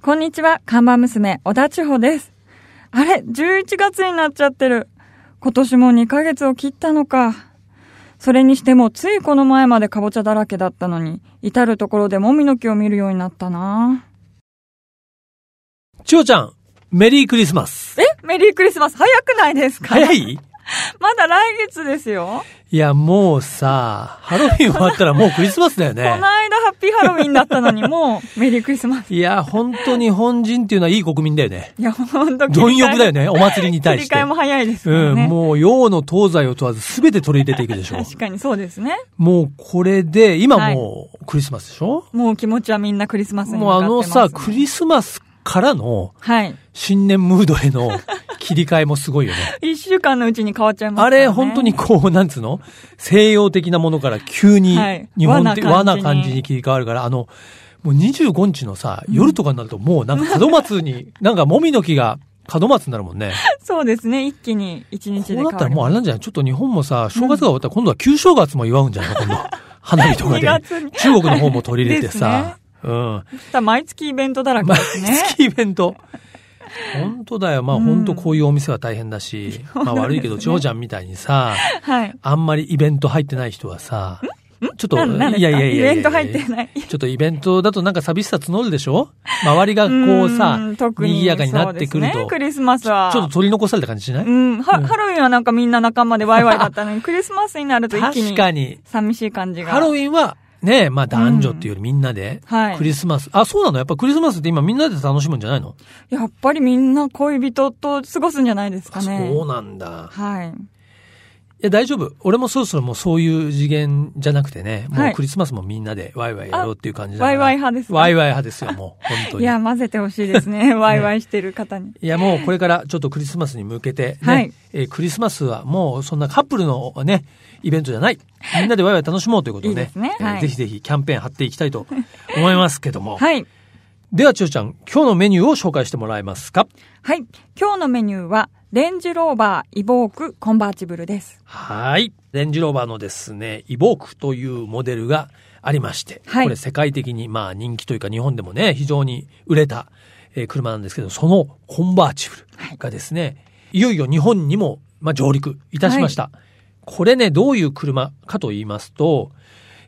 こんにちは、看板娘、小田千穂です。あれ、11月になっちゃってる。今年も2ヶ月を切ったのか。それにしても、ついこの前までかぼちゃだらけだったのに、至るところでもみの木を見るようになったな千代ちゃん、メリークリスマス。え、メリークリスマス早くないですか早いまだ来月ですよ。いや、もうさ、ハロウィン終わったらもうクリスマスだよ この間ね。ハッピーハロウィンだったの に、もう、メリークリスマス。いや、本当日本人っていうのはいい国民だよね。いや、ほんと、貪欲だよね、お祭りに切対りして替え。も早いですうよん、ね。もう、洋の東西を問わず全て取り入れていくでしょ。確かにそうですね。もう、これで、今もう、クリスマスでしょ、もう気持ちはみんなクリスマスに向もかう、っあてのます、さ、クリスマスからの、はい。新年ムードへの切り替えもすごいよね。 一週間のうちに変わっちゃいますかあら、ね。れ、本当にこう、なんつうの西洋的なものから急にはい、日本的、和和な感じにな感じに切り替わるから、あの、もう25日のさ、夜とかになるともうなんか門 松に、なんかもみの木が門松になるもんね。 そうですね。一気に一こ日で変うなわったらもうあうれなんじゃないちょっと日本もさ、正月が終わったら今度は旧正月も祝うんじゃないの今度。花火とかで。 2中月に国の方も取り入れてさ。うん。毎月イベントだらけで毎すね。月イベント。本当だよ。まあうん本当こういうお店は大変だし、まあ悪いけど、千穂ちゃんみたいにさ、はい。あんまりイベント入ってない人はさ、ちょっと、ななんですかいやいやいやいやイベント入ってない。ちょっとイベントだとなんか寂しさ募るでしょ周りがこうさん、特に賑やかになってそくるうですと、ね、クリスマスは。ちょっと取り残された感じしない、うん、はハロウィンはなんかみんな仲間でワイワイだったのに、クリスマスになると一気確にかに。寂しい感じが。ハロンウィンは、ねまあ男女っていうよりみんなで、はいクリスマス。あ、そうなのやっぱクリスマスって今みんなで楽しむんじゃないの、やっぱりみんな恋人と過ごすんじゃないですかあね。そうなんだ。はい。いや、大丈夫。俺もそろそろもうそういう次元じゃなくてね、もはういクリスマスもみんなでワイワイやろうっていう感じだかワら。イワイ派です、ね。ワイワイ派ですよ、もう。本当に。いや、混ぜてほしいですね。ワイワイしてる方に。いや、もうこれからちょっとクリスマスに向けて、ね、はいえークリスマスはもうそんなカップルのね、イベントじゃない。みんなでワイワイ楽しもうということをね、いいですねえーはいぜひぜひキャンペーン貼っていきたいと思いますけども。 はい。では、千代ちゃん、今日のメニューを紹介してもらえますかはい。今日のメニューは、レンジローバー、イボーク、コンバーチブルです。はい。レンジローバーのですね、イボークというモデルがありまして、はいこれ世界的にまあ人気というか日本でもね、非常に売れた、えー車なんですけど、そのコンバーチブルがですね、い、よいよ日本にも、まあ、上陸いたしました。これね、どういう車かと言いますと、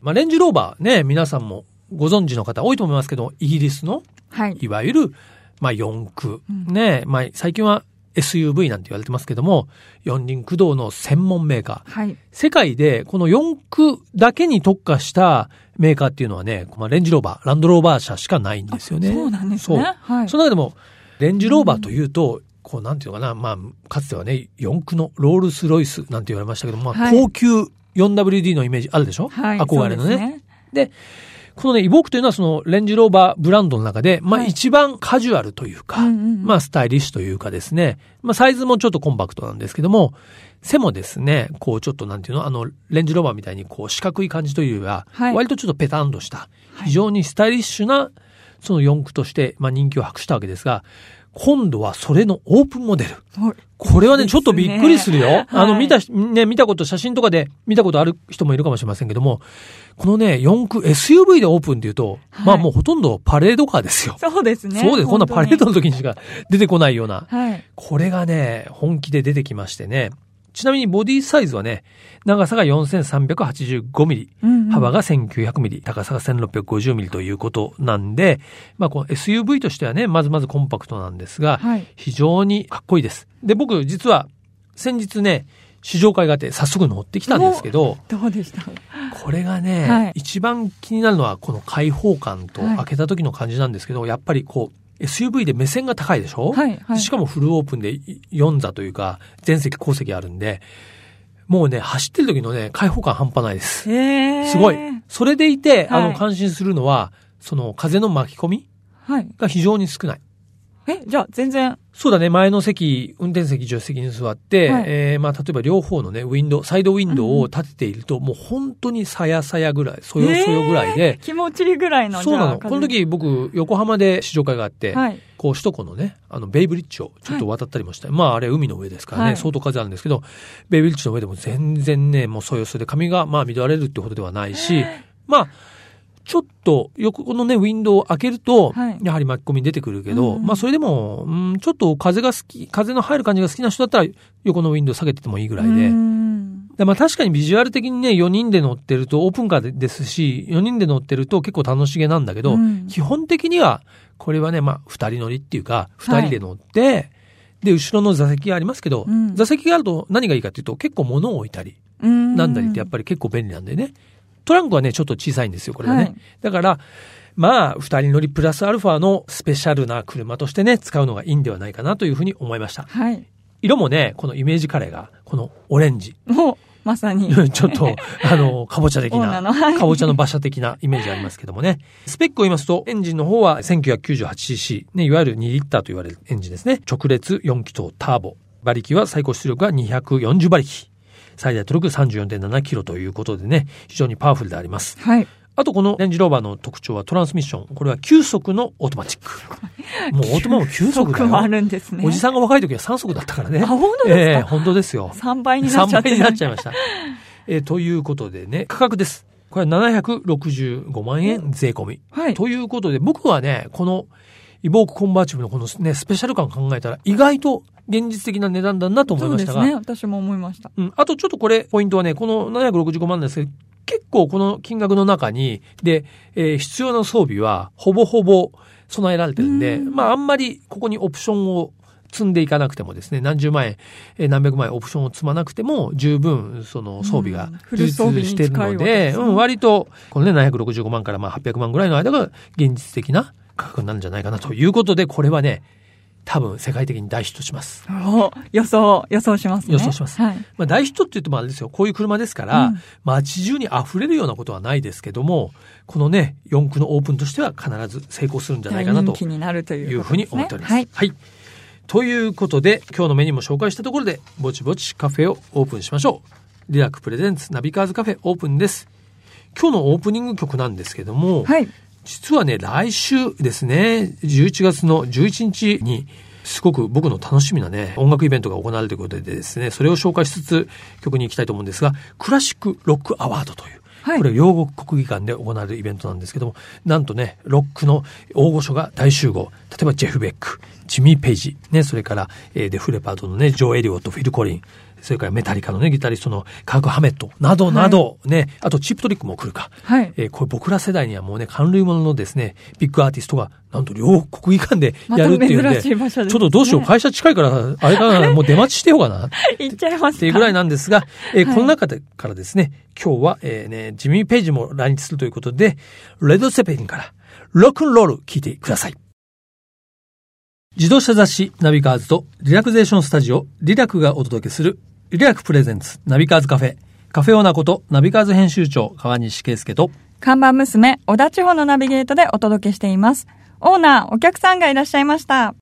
まあ、レンジローバーね、皆さんもご存知の方多いと思いますけど、イギリスのはい。いわゆる、まあ、四駆。ね、まあ、最近は SUV なんて言われてますけども、四輪駆動の専門メーカー。はい。世界で、この四駆だけに特化したメーカーっていうのはね、まあ、レンジローバー、ランドローバー車しかないんですよね。そうなんですね。そうはい。その中でも、レンジローバーというと、こう、なんていうのかな、まあ、かつてはね、四駆のロールス・ロイスなんて言われましたけど、まあ、はい高級 4WD のイメージあるでしょ、はい。憧れのねそう。ですで、このね、イボークというのはそのレンジローバーブランドの中で、まあはい一番カジュアルというか、うんうんうんまあスタイリッシュというかですね、まあサイズもちょっとコンパクトなんですけども、背もですね、こうちょっとなんていうの、あの、レンジローバーみたいにこう四角い感じというよりは、はい割とちょっとペタンとした、はい非常にスタイリッシュな、その四駆として、まあ人気を博したわけですが、今度はそれのオープンモデル。はいこれはね、ちょっとびっくりするよ。はいあの、見たし、ね、見たこと、写真とかで見たことある人もいるかもしれませんけども、このね、四駆 SUV でオープンっていうと、はいまあもうほとんどパレードカーですよ。そうですね。そうです。こんなパレード本の時に しか出てこないような。当に。はい。これがね、本気で出てきましてね。ちなみにボディサイズはね、長さが4385ミリ、うんうん幅が1900ミリ、高さが1650ミリということなんで、まあこの SUV としてはね、まずまずコンパクトなんですが、はい。非常にかっこいいです。で、僕実は先日ね、試乗会があって早速乗ってきたんですけど、どうでしたこれがね、はい一番気になるのはこの開放感とはい開けた時の感じなんですけど、やっぱりこう、SUV で目線が高いでしょはいはいしかもフルオープンで4座というか、全席後席あるんで、もうね、走ってる時のね、開放感半端ないです。へーすごい。それでいて、あはの、い感心するのは、その、風の巻き込みはい。が非常に少ない。え、じゃあ全然、そうだね、前の席、運転席、助手席に座って、はいえーまあ、例えば両方のね、ウィンドウ、サイドウィンドウを立てていると、もう本当にさやさやぐらい、そよそよぐらいで、気持ちいいぐらいの、そうなじゃの。あこの、時、僕、横浜で試乗会があって、風はい。こう、首都高のね、あの、ベイブリッジをちょっと渡ったりもした、まあ、あれ、海の上ですからね、はい相当風あるんですけど、ベイブリッジの上でも全然ね、もうそよそよで、髪が、まあ、乱れるってことではないし、まあ、ちょっと横のね、ウィンドウを開けると、はいやはり巻き込み出てくるけど、うんうんまあそれでも、うん、ちょっと風が好き、風の入る感じが好きな人だったら横のウィンドウ下げててもいいぐらいで。うんでまあ確かにビジュアル的にね、4人で乗ってるとオープンカーでですし、4人で乗ってると結構楽しげなんだけど、うん基本的には、これはね、まあ2人乗りっていうか、は2い人で乗って、で、後ろの座席がありますけど、うん座席があると何がいいかっていうと結構物を置いたり、うんなんだりってやっぱり結構便利なんだよね。トランクはね、ちょっと小さいんですよ、これがね。はいだから、まあ、二人乗りプラスアルファのスペシャルな車としてね、使うのがいいんではないかなというふうに思いました。はい。色もね、このイメージカレーが、このオレンジ。もう、まさ に。ちょっと、あの、かぼちゃ的オーナーな、のはいかぼちゃの馬車的なイメージありますけどもね。スペックを言いますと、エンジンの方は 1998cc、ね、いわゆる2リッターと言われるエンジンですね。直列4気筒ターボ。馬力は最高出力が240馬力。最大トルク34.7キロということでね、非常にパワフルであります。はい。あとこのレンジローバーの特徴はトランスミッション。これは9速のオートマチッ ク。もうオートマも9速だもあよ。るんですね。おじさんが若い時は3速だったからね。あ本当ですかええ本当ですよ。 3倍になっ3ちゃってる倍になっちゃいました。 えーということでね、価格です。これは765万円税込み。はいということで、僕はね、この、イボークコンバーチブルのこのね、スペシャル感考えたら、意外と現実的な値段だなと思そいうましでたすが、ね。私も思いました。うん、あとちょっとこれ、ポイントはね、この765万なんですけど、結構この金額の中に、で、えー必要な装備は、ほぼほぼ備えられてるんで、うんまあ、あんまりここにオプションを積んでいかなくてもですね、何十万円、えー何百万円オプションを積まなくても、十分、その装備がうんフル充装備に実してる近いわのけでで、すうねん、割と、このね、765万からまあ800万ぐらいの間が現実的な価格になるんじゃないかなということで、これはね、多分世界的に大ヒットします。お予想、予想しますね。予想しますはい。まあ、大ヒットって言ってもあれですよ。こういう車ですから、うん街中に溢れるようなことはないですけども、このね、四駆のオープンとしては必ず成功するんじゃないかな大人と気になるといいううこふとうにですね思っております。ははいい。。ということで、今日のメニューも紹介したところで、ぼちぼちカフェをオープンしましょう。リラックプレゼンツナビカーズカフェオープンです。今日のオープニング曲なんですけども、はい。実はね、来週ですね、11月の11日に、すごく僕の楽しみなね、音楽イベントが行われるということでですね、それを紹介しつつ曲に行きたいと思うんですが、クラシックロックアワードという、はいこれ両国国技館で行われるイベントなんですけども、なんとね、ロックの大御所が大集合。例えばジェフ・ベック、ジミー・ペイジ、ね、それから、えーデフレパートのね、ジョー・エリオット、フィル・コリン、それからメタリカのね、ギタリストのカーク・ハメット、などなど、ね、あとチップトリックも来るか。はいえーこれ僕ら世代にはもうね、関類もののですね、ビッグアーティストが、なんと両国技館でやるっていうんで、また珍しい場所ですねちょっとどう しよう、会社近いから、あれかな、もう出待ちしてようかな。いっちゃいますか。っていうぐらいなんですが、えーはいこの中でからですね、今日は、えーね、ジミー・ペイジも来日するということで、レッド・セペリンから、ロックンロール聞いてください。自動車雑誌ナビカーズとリラクゼーションスタジオリラクがお届けするリラクプレゼンツナビカーズカフェカフェオーナーことナビカーズ編集長川西圭介と看板娘、小田地方のナビゲートでお届けしています。オーナー、お客さんがいらっしゃいました。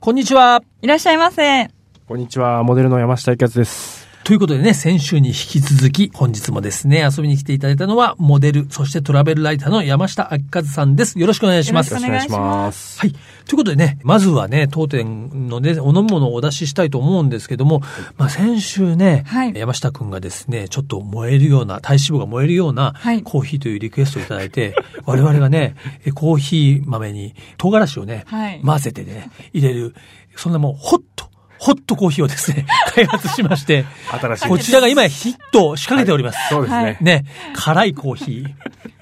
こんにちは。いらっしゃいませ。こんにちは、モデルの山下幸勝です。ということでね、先週に引き続き、本日もですね、遊びに来ていただいたのは、モデル、そしてトラベルライターの山下明和さんです。よろしくお願いします。よろよしくろしおくお願願いいししまます。はい。ということでね、まずはね、当店のね、お飲み物をお出ししたいと思うんですけども、まあ先週ね、はい山下くんがですね、ちょっと燃えるような、体脂肪が燃えるようなはい、コーヒーというリクエストをいただいて、 我々がね、えコーヒー豆に唐辛子をね、はい混ぜてね、入れる、そんなもう、ホット、ホットコーヒーをです ね、開発しまして、新しい。こちらが今ヒットを仕掛けております。そうですね。 ね、辛いコーヒー。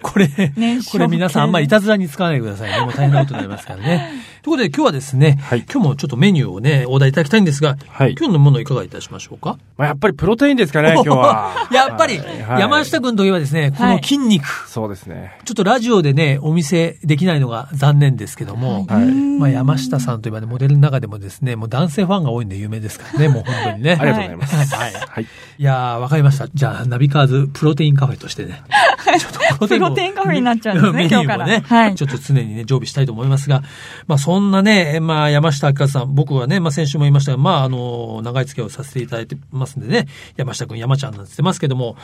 これ、ねこれ皆さんあんまりいたずらに使わないでくださいね。もう大変なことになりますからね。ということで今日はですね、はい今日もちょっとメニューをね、お題いただきたいんですが、はい今日のものいかがいたしましょうか。まあやっぱりプロテインですかね、今日は やっぱり、はいはい山下君といえばですね、こはのい筋肉。そうですね。ちょっとラジオでね、お見せできないのが残念ですけども、はい。まあ山下さんといえばね、モデルの中でもですね、もう男性ファンが多いんで有名ですからね、もう本当にね。ありがとうございます。はいはい。いやー、わかりました。じゃあ、ナビカーズプロテインカフェとしてね。ちょっとププロテインカフェになっちゃうんですねメニューも今日ね、からはいちょっと常にね、常備したいと思いますが、まあそんなね、まあ山下明和さん、僕はね、まあ先週も言いましたが、まああの、長い付き合いをさせていただいてますんでね、山下くん、山ちゃんなんて言ってますけども、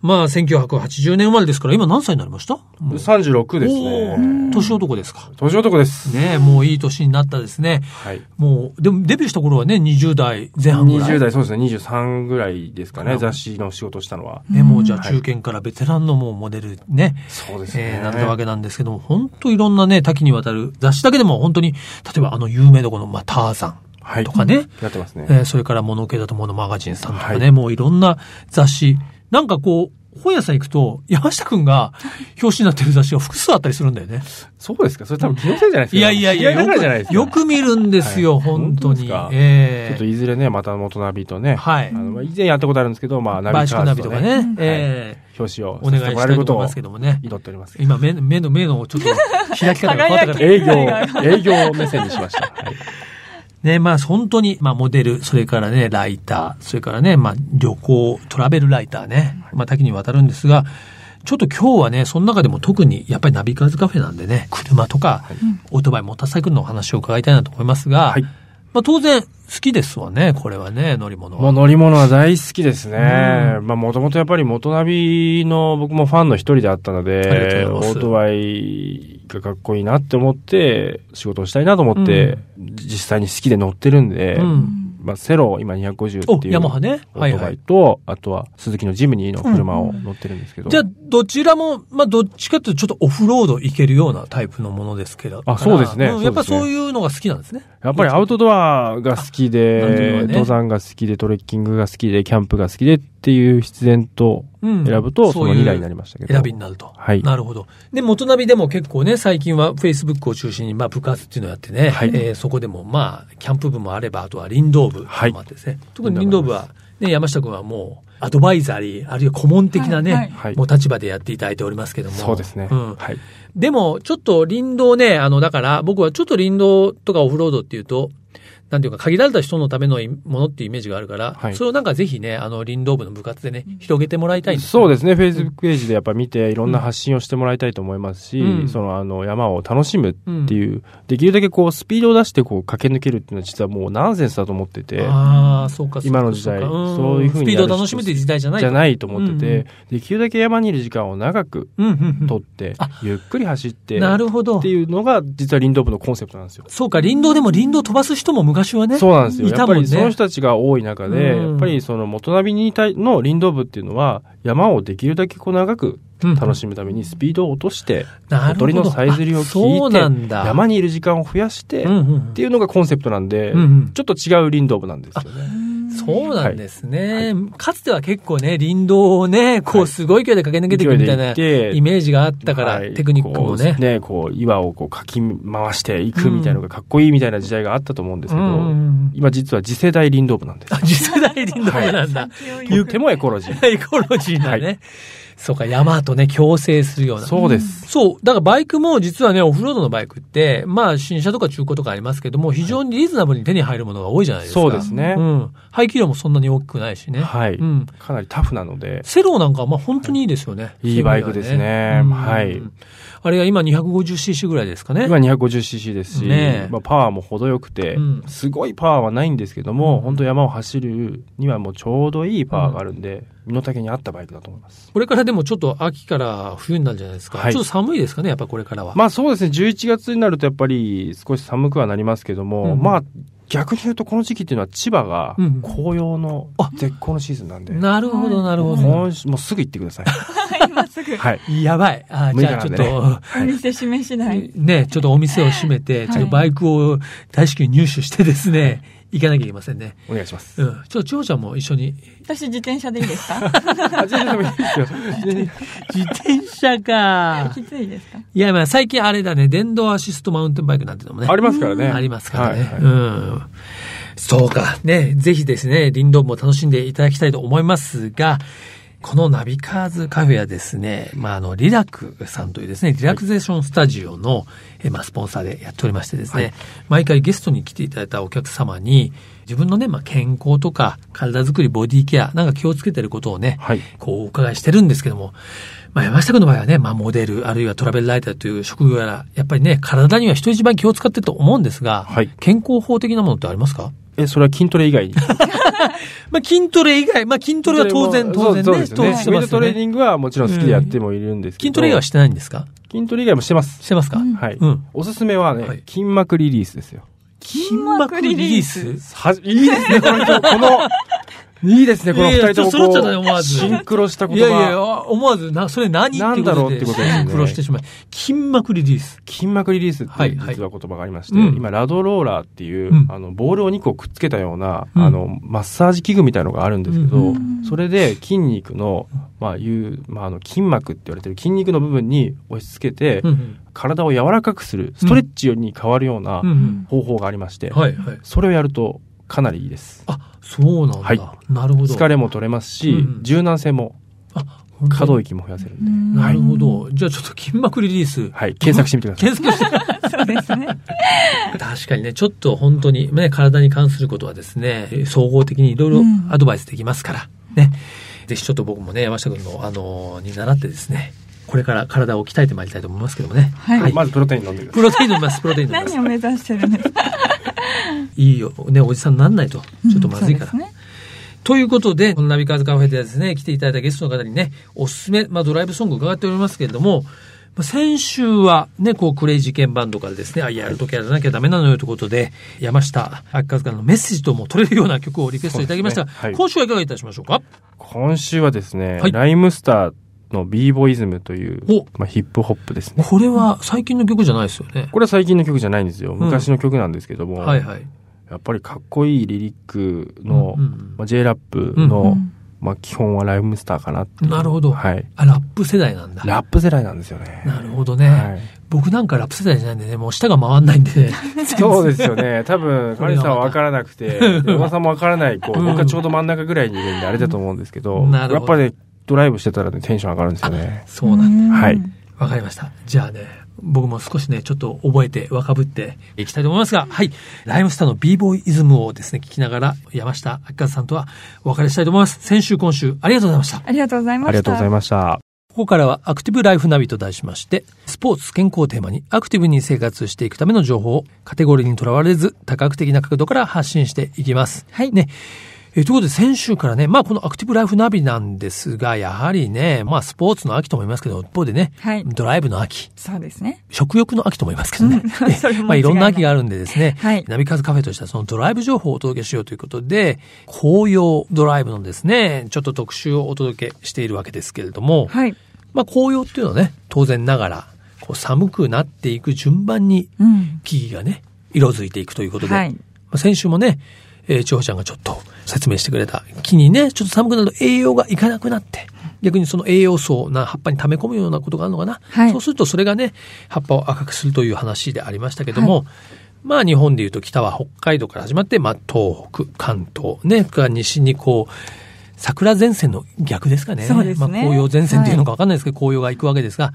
まあ、1980年生まれですから、今何歳になりましたもう36ですおね。ー年男ですか。年男です。ねえもういい年になったですね。はい。もう、でもデビューした頃はね、20代前半ぐらい。 20代、そうですね、23ぐらいですかうね、ん雑誌の仕事をしたのは。ね、もうじゃあ中堅からベテランのもうモデルね、そうですえねー。なったわけなんですけども、本当いろんなね、多岐にわたる雑誌だけでも本当に、例えばあの有名どころの、まあ、ターザンはい。とかね、なってますね。えーそれからモノ系だとモノマガジンさんとかね、はいもういろんな雑誌、なんかこう、本屋さん行くと、山下くんが表紙になってる雑誌が複数あったりするんだよね。そうですかそれ多分気のせいじゃないですかいやいやいや、気のせいじゃないよでく、すかよく見るんですよ、はい本当に。本当ですかえちょっといずれね、また元ナビとね、はいあのまあ以前やったことあるんですけど、まあ、ー、ナビバイシチクャルナービジととかかね、ね、えはい表紙をーお願いしさせてもたらえいとること思いをますけどもね。祈っております。今、目の、目の、目の、ちょっと、開き方 が変わったから。営業、営業目線にしました。はいね、まあ、本当に、まあ、モデル、それからね、ライター、それからね、まあ、旅行、トラベルライターね、まあ、多岐にわたるんですが、ちょっと今日はね、その中でも特に、やっぱりナビカーズカフェなんでね、車とか、オートバイ、モーターサイクルのお話を伺いたいなと思いますが、はいまあ、当然、好きですわね、これはね、乗り物もうは。乗り物は大好きですね。まあもともとやっぱり元ナビの僕もファンの一人であったのありがで、とうごオざいますートバイがかっこいいなって思って、仕事をしたいなと思って、実際に好きで乗ってるんで、うん。まあセロ今250おっ、ていう。ヤマハね。オはーいトはバイい。と、あとは鈴木のジムニーの車を乗ってるんですけど。じゃあ、どちらも、まあ、どっちかというと、ちょっとオフロード行けるようなタイプのものですけど。あそうですねんやっぱそうですねそういうのが好きなんですね。やっぱりアウトドアが好きあなるほどで、ね登山が好きで、トレッキングが好きで、キャンプが好きでっていう必然とうん選ぶと、そそういのう2台になりましたけど。選びになると。はいなるほど。で、元ナビでも結構ね、最近は Facebook を中心に、まあ、部活っていうのをやってね、はいえーそこでも、まあ、キャンプ部もあれば、あとは林道部もあはいってですね。特に林道部は、ね、山下君はもう、アドバイザリー、あるいは顧問的なね、はいはいはいもう立場でやっていただいておりますけども。そうですね。うん。はい。でも、ちょっと林道ね、あの、だから、僕はちょっと林道とかオフロードっていうと、なんていうか、限られた人のためのものっていうイメージがあるから、はいそれをなんかぜひね、あの、林道部の部活でね、広げてもらいたいんですよそうですね。Facebook ページでやっぱ見て、いろんな発信をしてもらいたいと思いますし、うんその、あの、山を楽しむっていう、できるだけこう、スピードを出してこう、駆け抜けるっていうのは実はもうナンセンスだと思ってて、ああ、そうか、そうか今の時代そうかんそういうふうにスピードを楽しむという時代じゃないじとゃないと思ってて、うんできるだけ山にいる時間を長くうんうんうん取ってあ、ゆっくり走って、なるほどって。いうのが、実は林道部のコンセプトなんですよ。そうか、林道でも林道飛ばす人も昔はね。そうなんですよ。いやたっもぱんりそのね。人たちが多い中で、うんやっぱりその元ナビに対の林道部っていうのは、山をできるだけこう長く楽しむためにスピードを落として、なるほど鳥のさえずりをあそう聞ないんて、だ山にいる時間を増やして、うんうんっていうのがコンセプトなんで、うんうんちょっと違う林道部なんですよね。そうなんですね、かつては結構ね、林道をね、こはういすごい勢いで駆け抜けていくみたいな勢いで行ってイメージがあったから、はいテクニックもこねう。ね、こう、岩をこうかき回していくみたいなのがかっこいいみたいな時代があったと思うんですうけんど、うんうん今実は次世代林道部なんです。あ、次世代林道なんだ。言ってもエコロジー。エコロジーなね、はそうか、山とね、共生するような。 そうです。そう。だからバイクも実はね、オフロードのバイクって、まあ新車とか中古とかありますけども、非常にリーズナブルに手に入るものが多いじゃないですか。そうですねうん。排気量もそんなに大きくないしね。はいうん。かなりタフなので、セローなんかはまあ本当にいいですよね。いいバイクですねうんはいあれが今 250cc ぐらいですかね。今 250cc ですし、ねえまあ、パワーも程よくて、うんすごいパワーはないんですけども、本当山を走るにはもうちょうどいいパワーがあるんで、身の丈に合ったバイクだと思います。これからでもちょっと秋から冬になるじゃないですか。はいちょっと寒いですかね、やっぱこれからは。まあそうですね、11月になるとやっぱり少し寒くはなりますけどうも、んまあ逆に言うとこの時期っていうのは千葉がうん紅葉のあ絶好のシーズンなんで、なるほど、なるほど。今週もうすぐ行ってくだ さい。今すぐ、はい。やばい。あーじゃあちょっ無理なと、お店締め次第。ね、ちょっとお店を閉めて、ちょっとバイクを大至急入手してですね、行かなきゃいけませんね。お願いします。うん。ちょっと千穂ちゃんも一緒に。私自転車でいいです かあ全然でもいいですよ全然自転車かき。ついですかいや、まあ最近あれだね、電動アシストマウンテンバイクなんてのもね。ありますからね。ありますからね。はいはいうん。そうか。ね、ぜひですね、林道も楽しんでいただきたいと思いますが、このナビカーズカフェはですね、まあ、あの、リラクさんというですね、リラクゼーションスタジオの、えまあ、スポンサーでやっておりましてですね、毎回ゲストに来ていただいたお客様に、自分のね、まあ、健康とか、体づくり、ボディケア、なんか気をつけてることをね、はいこう、お伺いしてるんですけども、まあ、山下君の場合はね、まあ、モデル、あるいはトラベルライターという職業やら、やっぱりね、体には人一倍気を使ってると思うんですが、はい健康法的なものってありますかえ、それは筋トレ以外に。まあ、筋トレ以外、まあ、筋トレは当然、当然そうでね、す当よね。然してウェまイトすよトレーね。ニングはもちろん好きでやってもいるんですけど。筋トレ以外はしてないんですか筋トレ以外もしてます。してますか、うんはい、うんおすすめはね、はい筋膜リリースですよ。筋膜リリースはいいですね、この人。この、いいですね、この二い人ともやいやちょっと揃っこちゃうったね思わずシンクロしたい言葉。やいや、思わず、な、それ何ってなんだろことうで、ってことですね苦労してしまい。筋膜リリース。筋膜リリースっはていはい実は言葉がありまして、うん今ラドローラーっていう、うんあのボールを2個くっつけたような、うんあのマッサージ器具みたいのがあるんですけど、うんそれで筋肉の,、まあいうまあ、あの筋膜って言われてる筋肉の部分に押し付けて、うん体を柔らかくするストレッチに変わるようなうんうん方法がありまして、はいはい。それをやるとかなりいいです。あ、そうなんだ。はいなるほど。疲れも取れますし、うん柔軟性もあ、本当可動域も増やせるんで、なるほど。じゃあちょっと筋膜リリース。はい、検索してみてください。検索して。 そうですね。確かにね、ちょっと本当にね、体に関することはですね、えー総合的にいろいろうんアドバイスできますから、ね。ぜひちょっと僕もね、山下君の、あのーに習ってですね、これから体を鍛えてまいりたいと思いますけどもね。はいはいまずプロテイン飲んでくださプロテイン飲みます、プロテイン飲みます何を。目指してるんですかいいよ、ね、おじさんになんないと、ちょっとまずいから。うんそうですねということで、このナビカーズカフェでですね、来ていただいたゲストの方にね、おすすめ、まあドライブソング伺っておりますけれども、まあ先週はね、こうクレイジーケンバンドからですね、あ、やるときやらなきゃダメなのよということで、山下明和からのメッセージとも取れるような曲をリクエストいただきましたが、そうですねはい今週はいかがいたしましょうか今週はですね、はいライムスターの b ボイズムというお、まあ、ヒップホップですね。これは最近の曲じゃないですよね。これは最近の曲じゃないんですよ。昔の曲なんですけども、はいはい。やっぱりかっこいいリリックの、うんうんまあ、J ラップうの、うんまあ、基本はライムスターかなっていうなるほど。はい。あ、ラップ世代なんだ。ラップ世代なんですよね。なるほどね、はい僕なんかラップ世代じゃないんでね、もう舌が回んないん で、そうですよね。多分、カリさんは分からなくて、で小川さんも分からない、こう、うん僕はちょうど真ん中ぐらいにいるんで、あれだと思うんですけど、なるやほっどぱね、ドライブしてたらね、テンション上がるんですよね。そうなんだ。はいわかりました。じゃあね、僕も少しね、ちょっと覚えて、若ぶっていきたいと思いますが、はい。ライムスターの b ボーイイズムをですね、聞きながら、山下明和さんとはお別れしたいと思います。先週、今週、ありがとうございました。ありがとうございました。ありがとうございました。ここからはアクティブライフナビと題しまして、スポーツ、健康をテーマにアクティブに生活していくための情報をカテゴリーにとらわれず多角的な角度から発信していきます。はいね。えーということで先週からね、まあこのアクティブライフナビなんですが、やはりね、まあスポーツの秋とも言いますけど、一方でね、はいドライブの秋、そうですね。食欲の秋とも言いますけどね。うん それも間違いないまあいろんな秋があるんでですね、はいナビカーズカフェとしてはそのドライブ情報をお届けしようということで、紅葉ドライブのですね、ちょっと特集をお届けしているわけですけれども、はい。まあ紅葉っていうのはね、当然ながら、こう寒くなっていく順番にうん。木々がね、色づいていくということで、はいまあ先週もね、えー、千穂ちゃんがちょっと説明してくれた木にね、ちょっと寒くなると栄養がいかなくなって、逆にその栄養素をな葉っぱに溜め込むようなことがあるのかな。はいそうするとそれがね、葉っぱを赤くするという話でありましたけども、まあ日本でいうと北は北海道から始まって、まあ東北、関東、ね、が西にこう、桜前線の逆ですかね。そうですねまあ紅葉前線っていうのかわかんないですけど、紅葉が行くわけですが、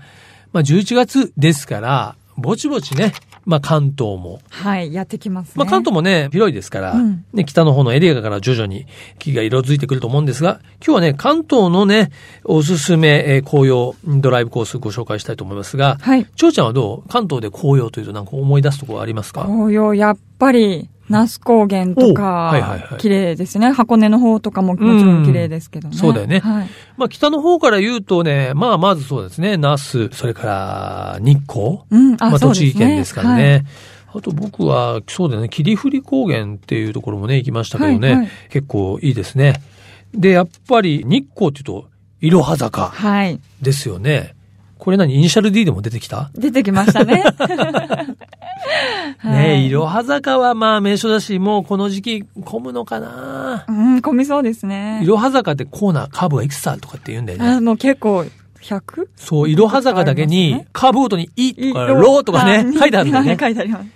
まあ11月ですから、ぼちぼちね、まあ関東もはい。やってきますね。まあ、関東もね、広いですから、うんね、北の方のエリアから徐々に木が色づいてくると思うんですが、今日はね、関東のね、おすすめ、えー紅葉ドライブコースご紹介したいと思いますが、はい。蝶ちゃんはどう関東で紅葉というとなんか思い出すところありますか紅葉、やっぱり、那須高原とか、おはいはいはい綺麗ですね。箱根の方とかももちろん綺麗ですけどね。うんそうだよねはい。まあ、北の方から言うとね、まあ、まずそうですね、那須、それから日光、うん、あ、まあ、そう栃木県ですからはいね。あと僕は、そうだよね、霧降高原っていうところもね、行きましたけどね、はいはい結構いいですね。で、やっぱり日光っていうと、いろは坂はい。ですよね。これ何イニシャル D でも出てきた、出てきました ね。はねいろは坂はまあ名所だし、もうこの時期混むのかなう、ん、混みそうですねい。ろは坂ってコーナー、カーブがいくつあるとかって言うんだよね。あ、もう結構、100? そう、いろは坂だけありますにね、カーブごとに、いとか、ろとかね、書いてあるんだよはねい。書いてあります。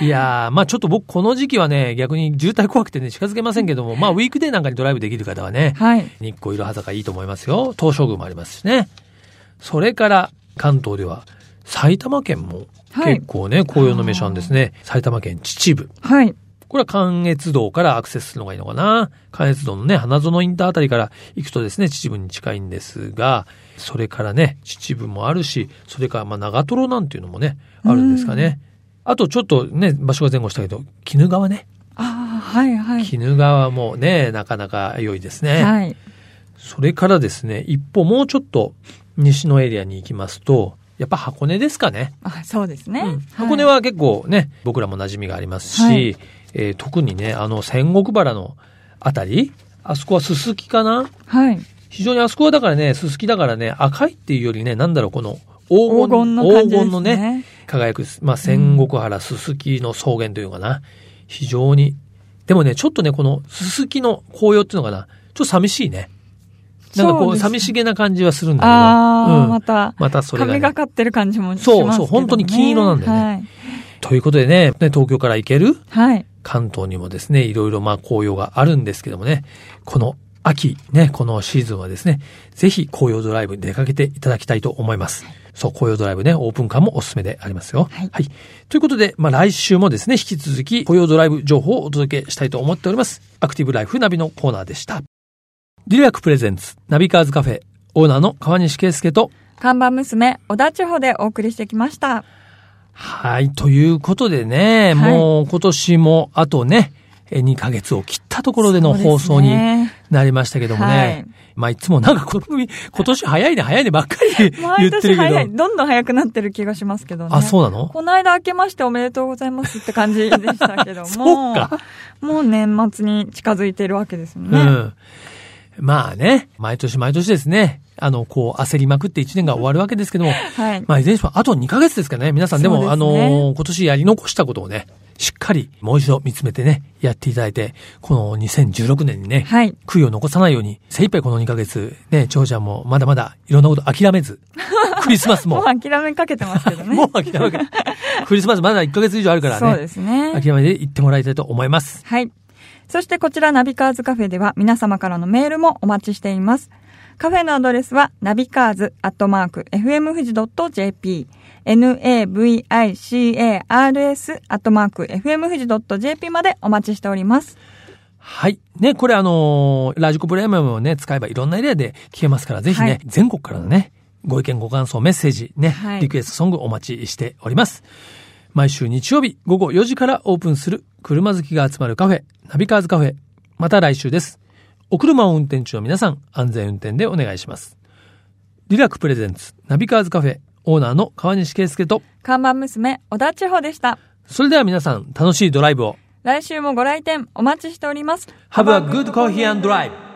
いやー、まあちょっと僕この時期はね、逆に渋滞怖くてね、近づけませんけども、まあウィークデーなんかにドライブできる方はね、はい。日光いろは坂いいと思いますよ。東照宮もありますしね。それから、関東では、埼玉県もはい結構ね、紅葉の名所なんですね。埼玉県秩父。はい。これは関越道からアクセスするのがいいのかな関越道のね、花園インターあたりから行くとですね、秩父に近いんですが、それからね、秩父もあるし、それからまあ長瀞なんていうのもね、あるんですかね。あとちょっとね、場所が前後したけど、鬼怒川ね。ああ、はいはい。鬼怒川もね、なかなか良いですね。はい。それからですね、一歩もうちょっと西のエリアに行きますと、やっぱ箱根ですかね。あ、そうですね。うんい箱根。は結構ね、僕らも馴染みがありますし、はいえー特にね、あの、仙石原のあたり、あそこはすすきかなはい。非常にあそこはだからね、すすきだからね、赤いっていうよりね、なんだろう、この黄金黄金の感じですね。黄金のね、輝く、まあ、仙石原、すすきの草原というのかな。非常に。でもね、ちょっとね、このすすきの紅葉っていうのかな。ちょっと寂しいね。なんかこそうう、です寂しげな感じはするんだけど。ああ、うんまた、またそれが、髪ねが。かってる感じもしますけそど、うね。そう本当に金色なんだよねはい。ということでね、ね東京から行けるはい。関東にもですね、いろいろまあ紅葉があるんですけどもね、この秋ね、このシーズンはですね、ぜひ紅葉ドライブに出かけていただきたいと思います。そう、紅葉ドライブね、オープンカーもおすすめでありますよ。はいということで、まあ来週もですね、引き続き紅葉ドライブ情報をお届けしたいと思っております。アクティブライフナビのコーナーでした。リラックプレゼンツ、ナビカーズカフェ、オーナーの川西圭介と、看板娘、小田地方でお送りしてきました。はい。ということでね、はいもう今年もあとね、え2ヶ月を切ったところでのそうですね放送になりましたけどもね。はいまあいつもなんかこの番組、今年早いね早いねばっかり言って 毎るけ年ど。早い。どんどん早くなってる気がしますけどね。あ、そうなのこの間明けましておめでとうございますって感じでしたけども。 そうか。もう年末に近づいているわけですようね。ん。まあね、毎年毎年ですね、あの、こう焦りまくって1年が終わるわけですけども、はい。まあいずれにしてもあと2ヶ月ですかね、皆さん。でも、そうですねあのー、今年やり残したことをね、しっかりもう一度見つめてね、やっていただいて、この2016年にね、はい。悔いを残さないように、精一杯この2ヶ月、ね、長ちゃんもまだまだいろんなこと諦め ず、クリスマスももう、諦めかけてますけどね。もう諦め かクリスマスまだ1ヶ月以上あるからそうねで、すね。諦めて行ってもらいたいと思います。はい。そしてこちらナビカーズカフェでは皆様からのメールもお待ちしています。カフェのアドレスは、ナビカーズアットマーク、fmfuji.jp、navicars アットマーク、fmfuji.jp までお待ちしております。はい。ね、これあのーラジコプレミアムをね、使えばいろんなエリアで聞けますから、ぜひね、はい全国からのね、ご意見、ご感想、メッセージ、ね、はいリクエストソングお待ちしております。毎週日曜日午後4時からオープンする車好きが集まるカフェ、ナビカーズカフェ。また来週です。お車を運転中の皆さん、安全運転でお願いします。リラックプレゼンツ、ナビカーズカフェ、オーナーの川西圭介と、看板娘、小田千穂でした。それでは皆さん、楽しいドライブを。来週もご来店お待ちしております。 Have a good coffee and drive!